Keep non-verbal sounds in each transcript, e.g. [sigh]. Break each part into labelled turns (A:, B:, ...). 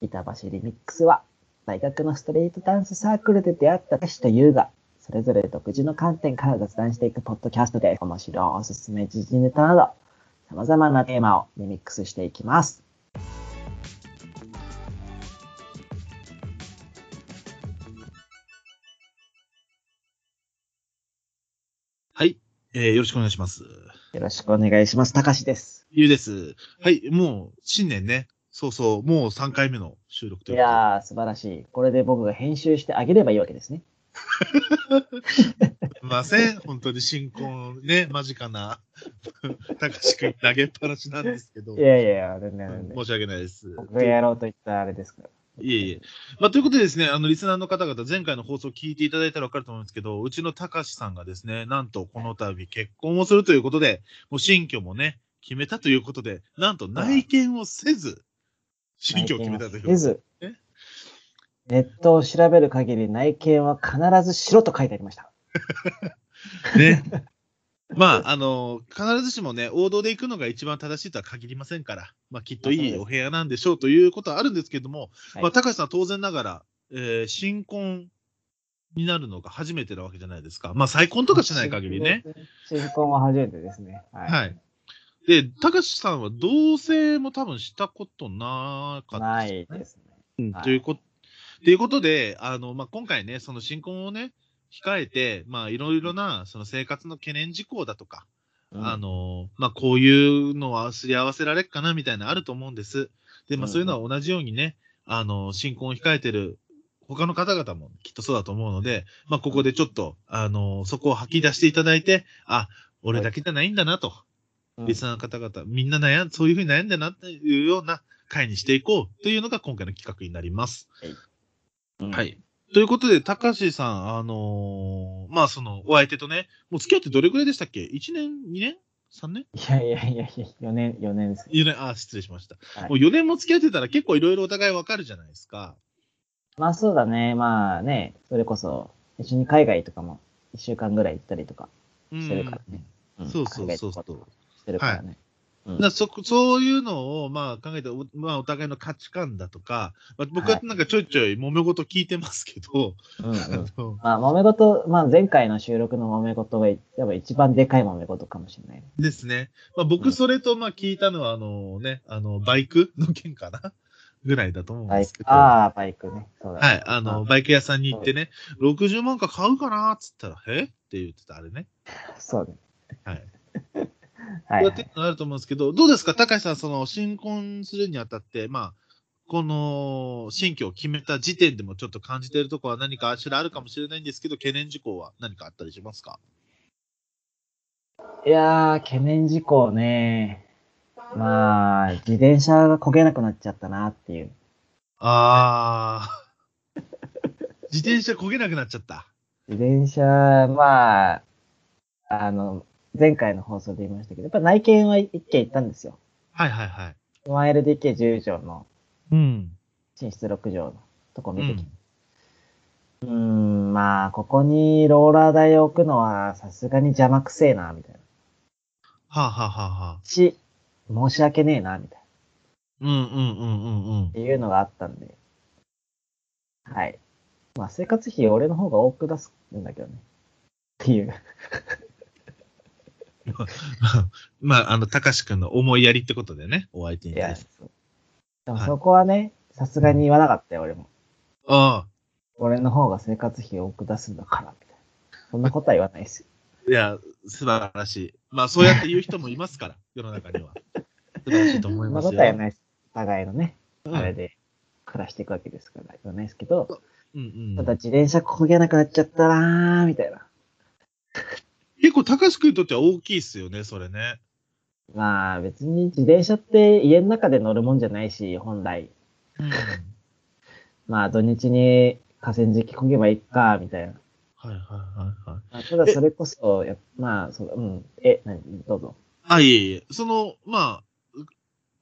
A: 板橋リミックスは、大学のストリートダンスサークルで出会った私と優が、それぞれ独自の観点から雑談していくポッドキャストで、面白いおすすめ時事ネタなど、様々なテーマをリミックスしていきます。
B: えーよろしくお願いします。
A: よろしくお願いします。たかしです。
B: ゆうです。はい、もう、新年ね。そうそう、もう3回目の収録と
A: い
B: いうことで
A: やー、素晴らしい。これで僕が編集してあげればいいわけですね。
B: すいません。本当に新婚ね、間近な、 [laughs] たかしくん投げっぱなしなんですけど、
A: いやいやいや、全然全然
B: 申し訳ないです。
A: 僕がやろうと言ったあれですから。
B: いえいえ。まあ、ということでですね、あの、リスナーの方々、前回の放送聞いていただいたらわかると思うんですけど、うちのたかしさんがですね、なんとこの度結婚をするということで、もう新居もね、決めたということで、なんと内見をせず、新居を決めたということ
A: えず、ネットを調べる限り内見は必ずしろと書いてありました。 [laughs]
B: ね。まあ、あの、必ずしもね、王道で行くのが一番正しいとは限りませんから、まあ、きっといいお部屋なんでしょうということはあるんですけども、
A: はい
B: まあ、高橋さんは当然ながら、えー新婚になるのが初めてなわけじゃないですか。まあ、再婚とかしない限りね。。
A: 新婚は初めてですね。はい。
B: はい。で、高橋さんは同棲も多分したことなかった
A: な
B: ですよね
A: いですね。はい
B: ということ、ということで、あの、まあ、今回ね、その新婚をね、控えて、まあ、いろいろな、その生活の懸念事項だとか、
A: うん
B: あの、まあ、こういうのはすり合わせられっかな、みたいなのあると思うんです。で、まあ、
A: うん
B: そういうのは同じようにね、あの、新婚を控えてる他の方々もきっとそうだと思うので、まあ、ここでちょっと、あの、そこを吐き出していただいて、あ、俺だけじゃないんだなと、
A: うん
B: リスナーの方々、みんな悩ん、そういうふうに悩んだなっていうような回にしていこうというのが今回の企画になります。
A: うん
B: はい。ということで、高橋さん、あのーまあ、その、お相手とね、もう付き合ってどれくらいでしたっけ ?1 年 ?2 年 ?3 年
A: いやいやいやいや、4年、四年です。
B: ?4 年、あ、失礼しました。
A: はい
B: もう4年も付き合ってたら結構いろいろお互いわかるじゃないですか。
A: まあそうだね。まあね、それこそ、一緒に海外とかも1週間ぐらい行ったりとか
B: う
A: してるからね。ん
B: そうそうそう。
A: 考えて
B: そ
A: こ
B: う。
A: としてるからね。うん
B: だそそういうのを、まあ、考えたら、おまあ、お互いの価値観だとか、まあ、僕はなんかちょいちょい揉め事聞いてますけど、
A: うんうん
B: あの
A: まあ、揉め事、まあ、前回の収録の揉め事が、やっぱ一番でかい揉め事かもしれない。
B: ですね。まあ、
A: う
B: 僕、
A: ん
B: それと、まあ、聞いたのは、あのね、あの、バイクの件かなぐらいだと思うん
A: バ
B: で
A: イ
B: す
A: ク
B: け。ど。は
A: ああ、バイクね。そうだ、ね。
B: い。あの、バイク屋さんに行ってね、60万か買うかなっつったら、えって言ってた、あれね。
A: そうね。
B: はい。
A: [laughs] はいうは
B: こやって
A: い。
B: なると思うんですけど、どうですか高橋さん、その、新婚するにあたって、まあ、この、新居を決めた時点でもちょっと感じているところは何かあしらあるかもしれないんですけど、懸念事項は何かあったりしますか
A: いやー、懸念事項ね。まあ、自転車が焦げなくなっちゃったなっていう。
B: あー。 [laughs] 自転車焦げなくなっちゃった。
A: 自転車、まあ、あの、前回の放送で言いましたけど、やっぱ内見は一軒行ったんですよ。
B: はいはいはい。
A: 1LDK10 畳の
B: うん。
A: 寝室6畳のとこ見てきて。うーん、まあ、ここにローラー台を置くのはさすがに邪魔くせえな、みたいな。
B: はあ、はあはあはあ、
A: し、申し訳ねえな、みたいな。
B: うんうんうんうんうん
A: っ。
B: [laughs]
A: ていうのがあったんで。はい。まあ、生活費俺の方が多く出すんだけどね。っていう。
B: まあ、あの、たかしくんの思いやりってことでね、お相手に
A: いや
B: 対して。、
A: そうでも
B: はい
A: そこはね、さすがに言わなかったよ、俺も。
B: あ
A: 俺の方が生活費多く出すんだから、みたいな。そんなことは言わないですよ。
B: あ、いや、素晴らしい。まあ、そうやって言う人もいます [laughs] から、世の中には。素晴らしいと [laughs] 思い
A: そんな
B: ますよ。
A: ことは言わないです。お互いのね、
B: うん
A: あれで暮らしていくわけですから、言わないですけど、
B: うんう
A: ただ
B: ん、
A: 自転車焦げなくなっちゃったなー、みたいな。
B: 結構、たかしくんにとっては大きいですよね、それね。
A: まあ別に自転車って家の中で乗るもんじゃないし、本来。
B: うん。はい
A: まあ土日に河川敷漕げばいいか、みたいな。
B: はいはいはい。
A: まあ、ただそれこそ、やまあ、そのうん、え、何どうぞ。
B: あ、いえいえ。その、まあ、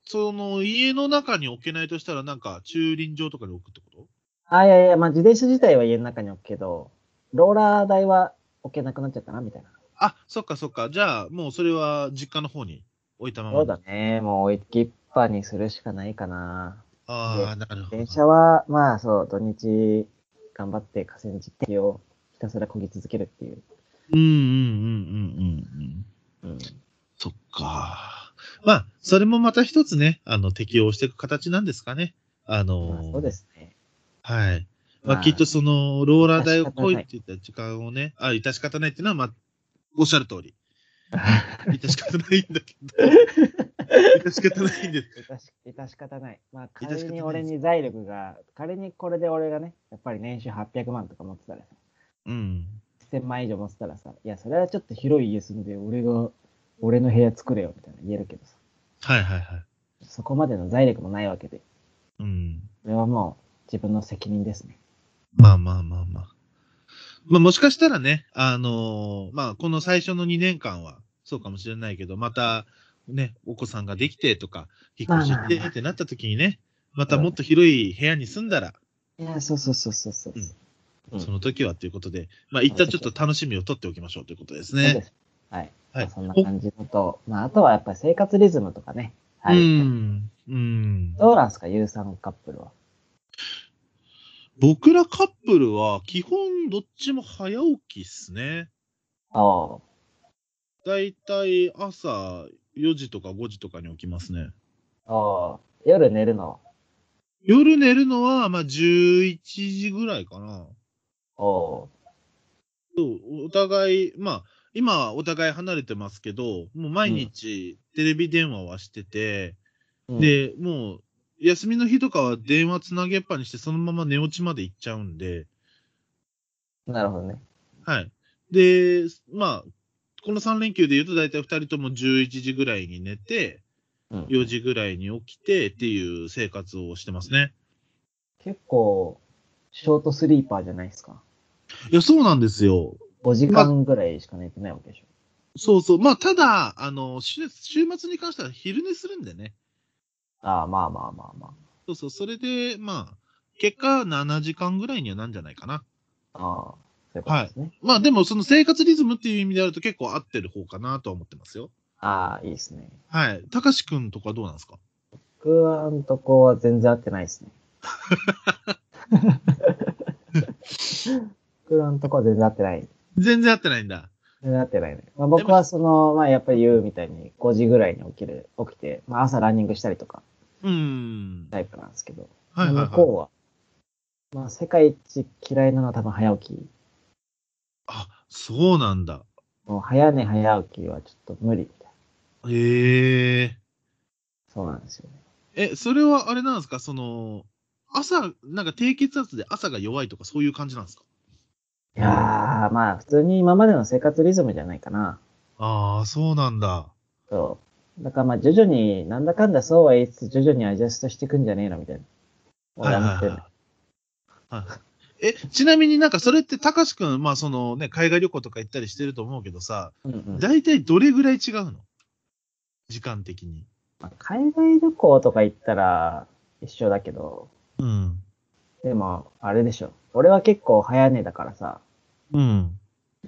B: その、家の中に置けないとしたら、なんか、駐輪場とかに置くってこと
A: あ、いやいや、まあ自転車自体は家の中に置くけど、ローラー台は置けなくなっちゃったな、みたいな。
B: あ、そっかそっか。じゃあ、もうそれは実家の方に置いたまま。
A: そうだね。もう置きっぱにするしかないかな。
B: ああ、なるほ
A: 電
B: ど。
A: 車は、まあそう、土日頑張って河川実験をひたすら漕ぎ続けるっていう。
B: うんうんうんうんうんうん。
A: うん、
B: そっか。まあ、それもまた一つね、あの、適応していく形なんですかね。あの、
A: まあそうですね。
B: はい。まあ、
A: まあ
B: きっとその、ローラー代をこいっていった時間をね、あ、致し方ないっていうのは、まあ、おっしゃる通
A: [laughs]
B: り。致し方ないんだけ
A: [laughs]
B: ど。致し方ないんです。
A: 致し致し方ない。まあ
B: 致し方ない
A: 仮に俺に財力が、仮にこれで俺がね、やっぱり年収800万とか持ってたらさ、
B: うん。
A: 1000万以上持ってたらさ、いや、それはちょっと広い家住んで、俺が、俺の部屋作れよみたいな言えるけどさ、
B: はいはいはい。
A: そこまでの財力もないわけで、
B: うん。
A: それはもう自分の責任ですね。
B: まあまあまあまあ。まあもしかしたらね、あのーまあこの最初の2年間はそうかもしれないけど、またね、お子さんができてとか、引っ越ししてってなった時にね、またもっと広い部屋に住んだら、
A: いや、そうそうそうそうそう。
B: うん
A: うん
B: その時はということで、まあ一旦ちょっと楽しみを取っておきましょうということです
A: そう
B: ね
A: で。す。はい。
B: は
A: ま
B: い
A: あそんな感じのと、まあ、あとはやっぱり生活リズムとかね。はい。
B: うん。うん。
A: どうなんですか、有酸カップルは。
B: 僕らカップルは基本どっちも早起きっすね。
A: ああ。
B: だいたい朝4時とか5時とかに起きますね。
A: ああ。夜寝るの。
B: 夜寝るのは、まあ、11時ぐらいかな。
A: おお
B: そうお互い、まあ、今、お互い離れてますけど、もう毎日テレビ電話はしてて、
A: う。うん、
B: で、もう、休みの日とかは電話つなげっぱにして、そのまま寝落ちまで行っちゃうんで、
A: なるほどね。
B: はい。で、まあ、この3連休で言うと、大体2人とも11時ぐらいに寝て、
A: うん、
B: 4時ぐらいに起きてっていう生活をしてますね。
A: 結構、ショートスリーパーじゃないですか。
B: いや、そうなんですよ。
A: 5時間ぐらいしか寝てないわけでしょ。
B: そうそう。まあ、ただ、あの、週週末に関しては昼寝するんでね。
A: ああ、まあまあまあま
B: そうそう。それで、まあ、結果7時間ぐらいにはなんじゃないかな。
A: あ。ああ。そういうことですね。
B: まあ、でも、その生活リズムっていう意味であると結構合ってる方かなとは思ってますよ。
A: ああ、いいですね。
B: はい。たかしくんとかどうなんですか
A: 僕は、んとこは全然合ってないです [laughs] ね。僕らのとこは全然合ってない。
B: 全然合ってないんだ。
A: 全然合ってないね。まあ、僕はその、まあやっぱり言うみたいに5時ぐらいに起きる、起きて、まあ朝ランニングしたりとか
B: うーん。
A: タイプなんですけど、
B: はいはい
A: 向
B: は
A: こ
B: い。
A: うは、まあ世界一嫌いなのは多分早起き。
B: あ、そうなんだ。
A: もう早寝早起きはちょっと無理みたいな。
B: へえ。
A: そうなんですよね。
B: え、それはあれなんですかその、朝、なんか低血圧で朝が弱いとかそういう感じなんですか
A: いやー、まあ普通に今までの生活リズムじゃないかな。
B: ああ、そうなんだ。
A: そう。だからまあ徐々に、なんだかんだそうは言いつつ徐々にアジャストしていくんじゃねえのみたいな。俺は思ってる
B: はいはいはいはいえ、ちなみになんかそれって、たかしくん、まあそのね、海外旅行とか行ったりしてると思うけどさ、
A: うんうん
B: 大体どれぐらい違うの時間的に。
A: まあ海外旅行とか行ったら一緒だけど、
B: うん。
A: でも、あれでしょ。俺は結構早寝だからさ、
B: うん。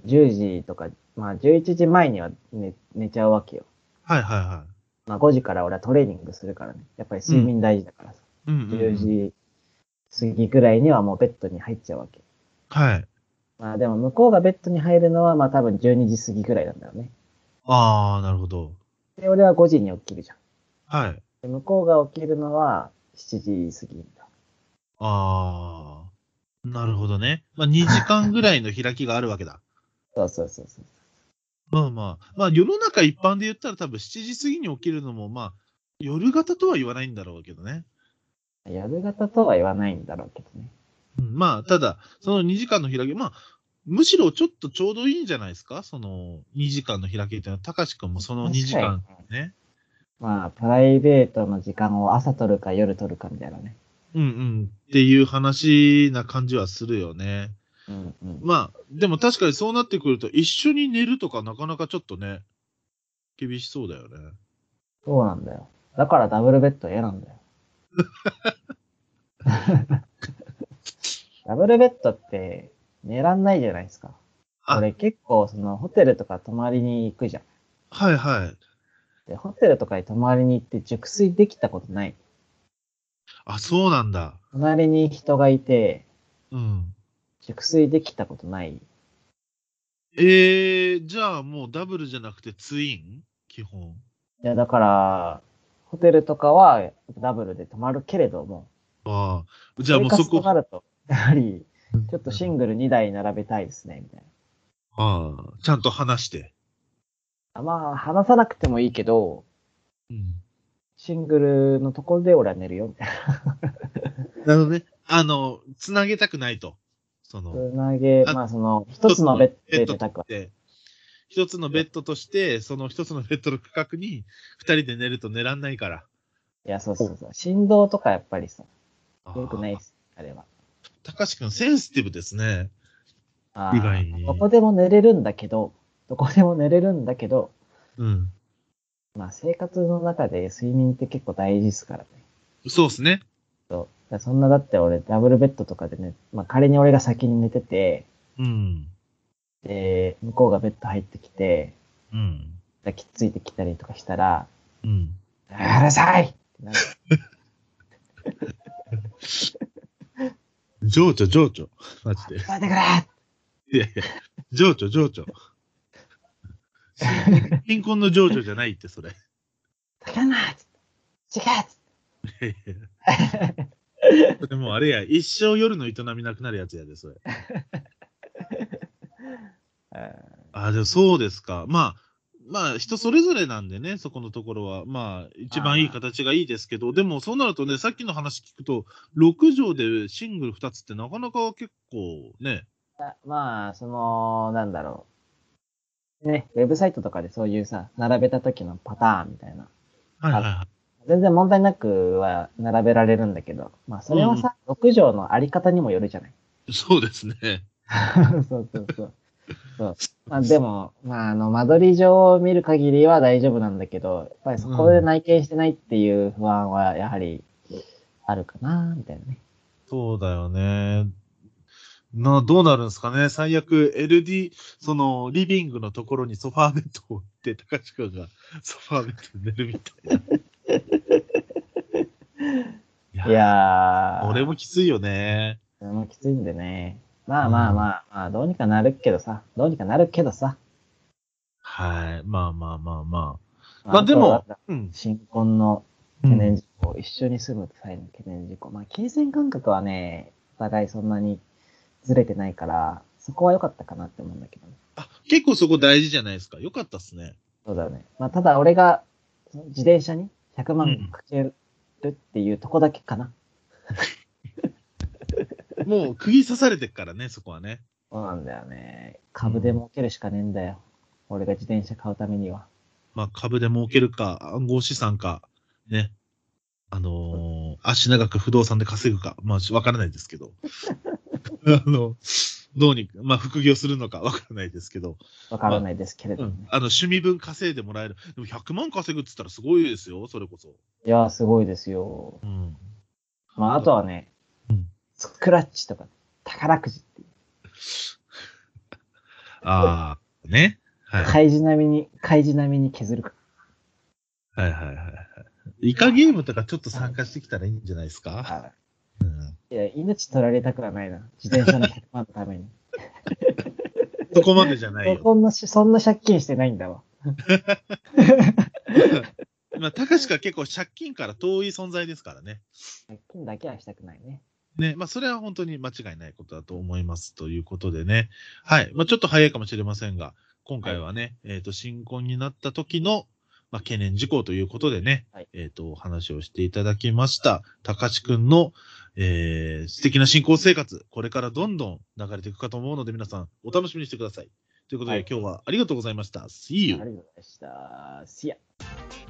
A: 10時とか、まあ11時前には寝寝ちゃうわけよ。
B: はいはいは
A: まあ5時から俺はトレーニングするからね。やっぱり睡眠大事だからさ。
B: い。うん、うん。
A: 10時過ぎぐらいにはもうベッドに入っちゃうわけ。
B: はい。
A: まあでも向こうがベッドに入るのはまあ多分12時過ぎぐらいなんだよね。
B: ああ、なるほど。
A: で、俺は5時に起きるじゃん。
B: はい。
A: で向こうが起きるのは7時過ぎだ。
B: ああ、なるほどね。まあ2時間ぐらいの開きがある
A: [laughs]
B: わけだ。
A: そうそうそうそう。
B: まあまあ、まあ世の中一般で言ったら多分7時過ぎに起きるのもまあ夜型とは言わないんだろうけどね。
A: 夜型とは言わないんだろうけどね。
B: うんまあただ、その2時間の開き、まあむしろちょっとちょうどいいんじゃないですかその2時間の開きっていうのは、たかしくんもその2時間
A: 確か
B: ね。
A: まあ、プライベートの時間を朝取るか夜取るかみたいなね。
B: うんうんっていう話な感じはするよね。
A: うんうん。
B: まあでも確かにそうなってくると一緒に寝るとかなかなかちょっとね、厳しそうだよね。
A: そうなんだよ。だからダブルベッド嫌なんだ
B: [laughs]
A: よ。ダブルベッドって寝らんないじゃないですか。
B: あ
A: 俺結構そのホテルとか泊まりに行くじゃん。
B: はいはい。
A: で、ホテルとかに泊まりに行って熟睡できたことない。
B: あ、そうなんだ。
A: 隣に人がいて、
B: うん。
A: 熟睡できたことない。
B: えー、じゃあもうダブルじゃなくてツイン基本。
A: いや、だから、ホテルとかはダブルで泊まるけれども、
B: ああ。じゃあ
A: 生
B: もうそ
A: 活と
B: こ。
A: なると、やはり、
B: うん
A: ちょっとシングル2台並べたいですね、みたいな。
B: ああ、ちゃんと話して。
A: あまあ、話さなくてもいいけど、
B: うん。
A: シングルのところで俺は寝るよ、みたい
B: なのね。あの、つなげたくないと。そ
A: な。
B: の、
A: つなげ、
B: あ
A: まあその、一つのベッドで
B: ベッ
A: 寝
B: ド
A: た
B: と
A: くは。
B: して、一つのベッドとして、その一つのベッドの区画に二人で寝ると寝らんないから。
A: いや、そうそうそう。振動とかやっぱりさ、
B: ああ
A: よくないっ。す、あれは。
B: 高橋くんセンシティブですね。
A: あ
B: 意
A: ー
B: 外に
A: どこでも寝れるんだけど、どこでも寝れるんだけど、
B: うん。
A: まあ生活の中で睡眠って結構大事ですからね。
B: そうですね。
A: そうだからそんなだって俺ダブルベッドとかでね、まあ仮に俺が先に寝てて、
B: うん。
A: で、向こうがベッド入ってきて、
B: うん。
A: 抱きついてきたりとかしたら、
B: うん。
A: うるさいってなる。
B: 情緒、情緒。マジで。
A: [laughs] 聞こえてくれ
B: いやいや、情緒、情
A: [laughs]
B: 緒。貧困の情緒じゃないって、それ。い
A: かけんなっつって違うっつっ
B: やいやそれもうあれや、一生夜の営みなくなるやつやで、それ。
A: て
B: あ、でもそうですか。まあ、まあ、人それぞれなんでね、そこのところは。まあ、一番いい形がいいですけど、でもそうなるとね、さっきの話聞くと、6畳でシングル2つってなかなか結構ね、
A: うんまあ、その、なんだろう。ね、ウェブサイトとかでそういうさ、並べた時のパターンみたいな。
B: はいはいはい。
A: 全然問題なくは並べられるんだけど、まあそれはさ、6畳のあり方にもよるじゃない。 [laughs]
B: そうですね。
A: そうそうそう。そうまあ、でも、まあ、あの、間取り上を見る限りは大丈夫なんだけど、やっぱりそこで内見してないっていう不安はやはりあるかな、みたいなね。
B: そうだよね。な、どうなるんですかね。最悪、LD、その、リビングのところにソファーベッドを置いて、高橋くんがソファーベッドで寝るみた
A: [laughs]
B: いな。
A: い、やー、
B: 俺もきついよね。
A: それもきついんでね。まあまあまあ、まあ、どうにかなるけどさ、どうにかなるけどさ。
B: はい。まあまあまあまあ。まあで
A: あ
B: も
A: とは、
B: うん。
A: 新婚の
B: う
A: 懸念
B: ん
A: 事項、一緒に住む際の懸念事項。まあ、金銭感覚はね、お互いそんなにずれてないから、そこは良かったかなって思うんだけどね。
B: あ結構そこ大事じゃないですか。よかったっす [laughs] ね。
A: そうだね。まあ、ただ俺が、その自転車に100
B: うん
A: 万かけるっていうとこだけかな。
B: もう、釘刺されてっからね、そこはね。
A: そうなんだよね。株で儲けるしかねえんだよ。俺が自転車買うためには。
B: まあ、株で儲けるか、暗号資産か、ね。あのー足長く不動産で稼ぐか、まあ、しわからないですけど。 [laughs] あの、どうにか、まあ、副業するのかわからないですけど、
A: わからないですけれ
B: う
A: どもね。
B: ん、あの、趣味分稼いでもらえる。でも、100万稼ぐって言ったらすごいですよ、それこそ。
A: いやー、すごいですよ。
B: うん。
A: まあ、あとはね、
B: うん
A: スクラッチとか、宝くじっていう、
B: ああ、ね。はい。はい
A: 開示並みに、開示並みに削るか。
B: はいはいはい。イカゲームとかちょっと参加してきたらいいんじゃないですか。
A: はい
B: うん、
A: いや、命取られたくはないな。自転車の100万のために。
B: そこまでじゃ [laughs] ないよ。
A: そんな、そんな借金してないんだわ。
B: まあ、たかしか結構借金から遠い存在ですからね。
A: 借金だけはしたくないね。
B: ね、まあ、それは本当に間違いないことだと思いますということでね。はい。まあ、ちょっと早いかもしれませんが、今回はね、えっ、と、新婚になった時の、まあ、懸念事項ということでね、
A: はい
B: えっ、と、お話をしていただきました。たかしくんの、えー、素敵な新婚生活、これからどんどん流れていくかと思うので、皆さん、お楽しみにしてください。ということ
A: は
B: で、
A: い
B: 今日はありがとうございました。See
A: あり
B: you!
A: がとうございました。See ya.